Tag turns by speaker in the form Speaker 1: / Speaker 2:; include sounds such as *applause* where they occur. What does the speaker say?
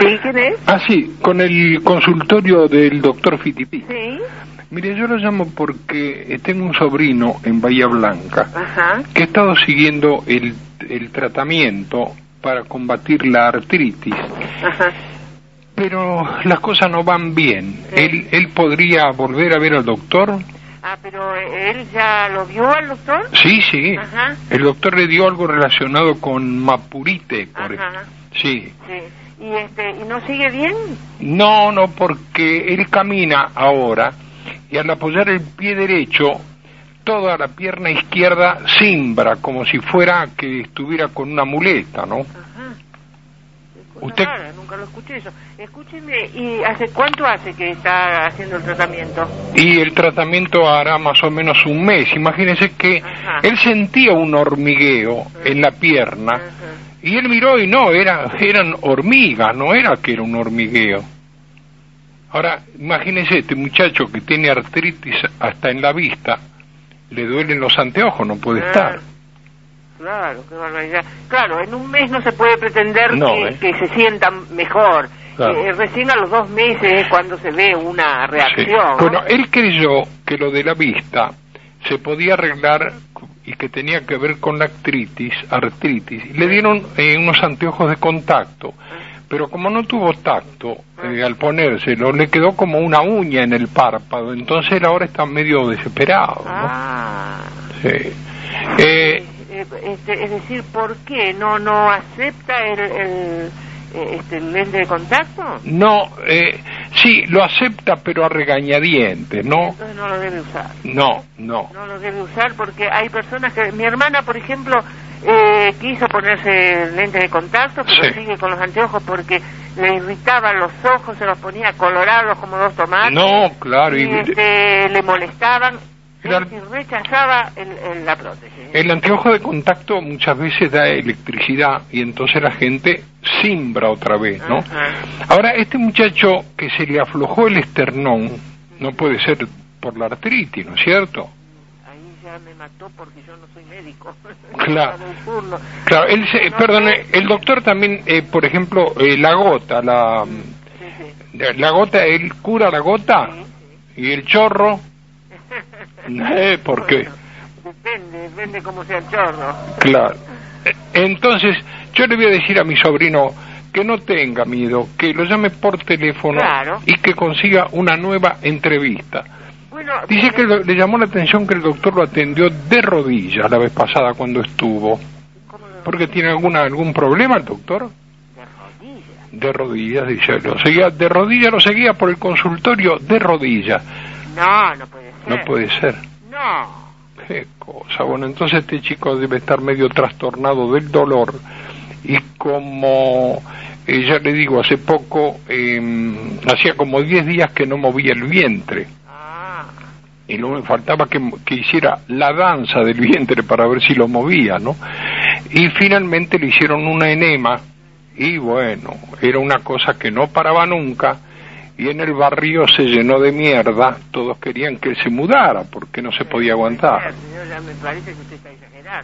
Speaker 1: Sí, ¿quién es?
Speaker 2: Ah, sí, con el consultorio del doctor Fitipí. *laughs*
Speaker 1: Sí.
Speaker 2: Mire, yo lo llamo porque eh, tengo un sobrino en Bahía Blanca
Speaker 1: Ajá.
Speaker 2: que ha estado siguiendo el, el tratamiento para combatir la artritis,
Speaker 1: Ajá.
Speaker 2: pero las cosas no van bien.
Speaker 1: Sí.
Speaker 2: Él, él podría volver a ver al doctor.
Speaker 1: Ah, pero él ya lo vio al doctor.
Speaker 2: Sí, sí.
Speaker 1: Ajá.
Speaker 2: El doctor le dio algo relacionado con Mapurite, por
Speaker 1: Ajá.
Speaker 2: Sí.
Speaker 1: Sí. Y este, ¿y no sigue bien?
Speaker 2: No, no, porque él camina ahora y al apoyar el pie derecho, toda la pierna izquierda simbra, como si fuera que estuviera con una muleta, ¿no?
Speaker 1: Ajá. Qué cosa
Speaker 2: Usted-
Speaker 1: rara, nunca lo escuché eso. Escúcheme, ¿y hace cuánto hace que está haciendo el tratamiento?
Speaker 2: Y el tratamiento hará más o menos un mes. Imagínense que
Speaker 1: Ajá.
Speaker 2: él sentía un hormigueo en la pierna
Speaker 1: Ajá.
Speaker 2: y él miró y no, era, eran hormigas, no era que era un hormigueo. Ahora, imagínense este muchacho que tiene artritis hasta en la vista, le duelen los anteojos, no puede
Speaker 1: Ah,
Speaker 2: estar.
Speaker 1: Claro, qué barbaridad. Claro, en un mes no se puede pretender
Speaker 2: No,
Speaker 1: que,
Speaker 2: ¿eh?
Speaker 1: que se sientan mejor.
Speaker 2: Claro.
Speaker 1: Eh, recién a los dos meses es cuando se ve una reacción.
Speaker 2: Sí.
Speaker 1: ¿no?
Speaker 2: Bueno, él creyó que lo de la vista se podía arreglar y que tenía que ver con la artritis, artritis. Y Le dieron eh, unos anteojos de contacto, pero como no tuvo tacto
Speaker 1: Ah.
Speaker 2: eh, al ponérselo, le quedó como una uña en el párpado, entonces él ahora está medio desesperado. ¿no?
Speaker 1: Ah.
Speaker 2: Sí. Eh,
Speaker 1: Eh, este, es decir, ¿por qué no no acepta el, el, eh, este, el lente de contacto?
Speaker 2: no, eh, sí, lo acepta, pero a regañadientes, ¿no?
Speaker 1: Entonces no lo debe usar.
Speaker 2: No, no.
Speaker 1: No lo debe usar porque hay personas que... Mi hermana, por ejemplo, eh, quiso ponerse lentes de contacto, pero
Speaker 2: Sí.
Speaker 1: sigue con los anteojos porque le irritaban los ojos, se los ponía colorados como dos tomates.
Speaker 2: No, claro.
Speaker 1: y,
Speaker 2: y-
Speaker 1: este, le molestaban
Speaker 2: Claro.
Speaker 1: y rechazaba el, el- la prótesis.
Speaker 2: El anteojo de contacto muchas veces da electricidad y entonces la gente simbra otra vez, ¿no?
Speaker 1: Ajá.
Speaker 2: Ahora, este muchacho que se le aflojó el esternón, no puede ser por la artritis, ¿no es cierto?
Speaker 1: Ahí ya me mató porque yo no soy médico. *laughs*
Speaker 2: Claro.
Speaker 1: Hago un turno.
Speaker 2: Claro, él se-
Speaker 1: No,
Speaker 2: perdón,
Speaker 1: no.
Speaker 2: eh, el doctor um, también, eh, por ejemplo, eh, la gota, la, mm,
Speaker 1: Sí, sí.
Speaker 2: la gota, él cura la gota
Speaker 1: Sí,
Speaker 2: y el chorro,
Speaker 1: sí.
Speaker 2: Eh, ¿por qué?
Speaker 1: depende, depende cómo sea el chorro.
Speaker 2: Claro. Eh, Entonces, yo le voy a decir a mi sobrino que no tenga miedo, que lo llame por teléfono
Speaker 1: Claro.
Speaker 2: y que consiga una nueva entrevista.
Speaker 1: Bueno,
Speaker 2: Dice
Speaker 1: bueno,
Speaker 2: que lo- le llamó la atención que el doctor lo atendió de rodillas la vez pasada cuando estuvo.
Speaker 1: ¿cómo lo-
Speaker 2: ¿Porque tiene alguna, algún problema el doctor?
Speaker 1: de rodillas.
Speaker 2: De rodillas, dice. Lo seguía, de rodillas lo seguía por el consultorio de rodillas.
Speaker 1: No, no puede ser.
Speaker 2: No puede ser.
Speaker 1: No.
Speaker 2: Qué cosa. Bueno, entonces este chico debe estar medio trastornado del dolor. Y como eh, ya le digo, hace poco, eh, hacía como 10 días que no movía el vientre.
Speaker 1: Ah,
Speaker 2: Y luego me faltaba que, que hiciera la danza del vientre para ver si lo movía, ¿no? Y finalmente le hicieron una enema. Y bueno, era una cosa que no paraba nunca. Y en el barrio se llenó de mierda. Todos querían que él se mudara porque no se podía
Speaker 1: no puede
Speaker 2: aguantar.
Speaker 1: ser, señor, ya me parece que usted está exagerando.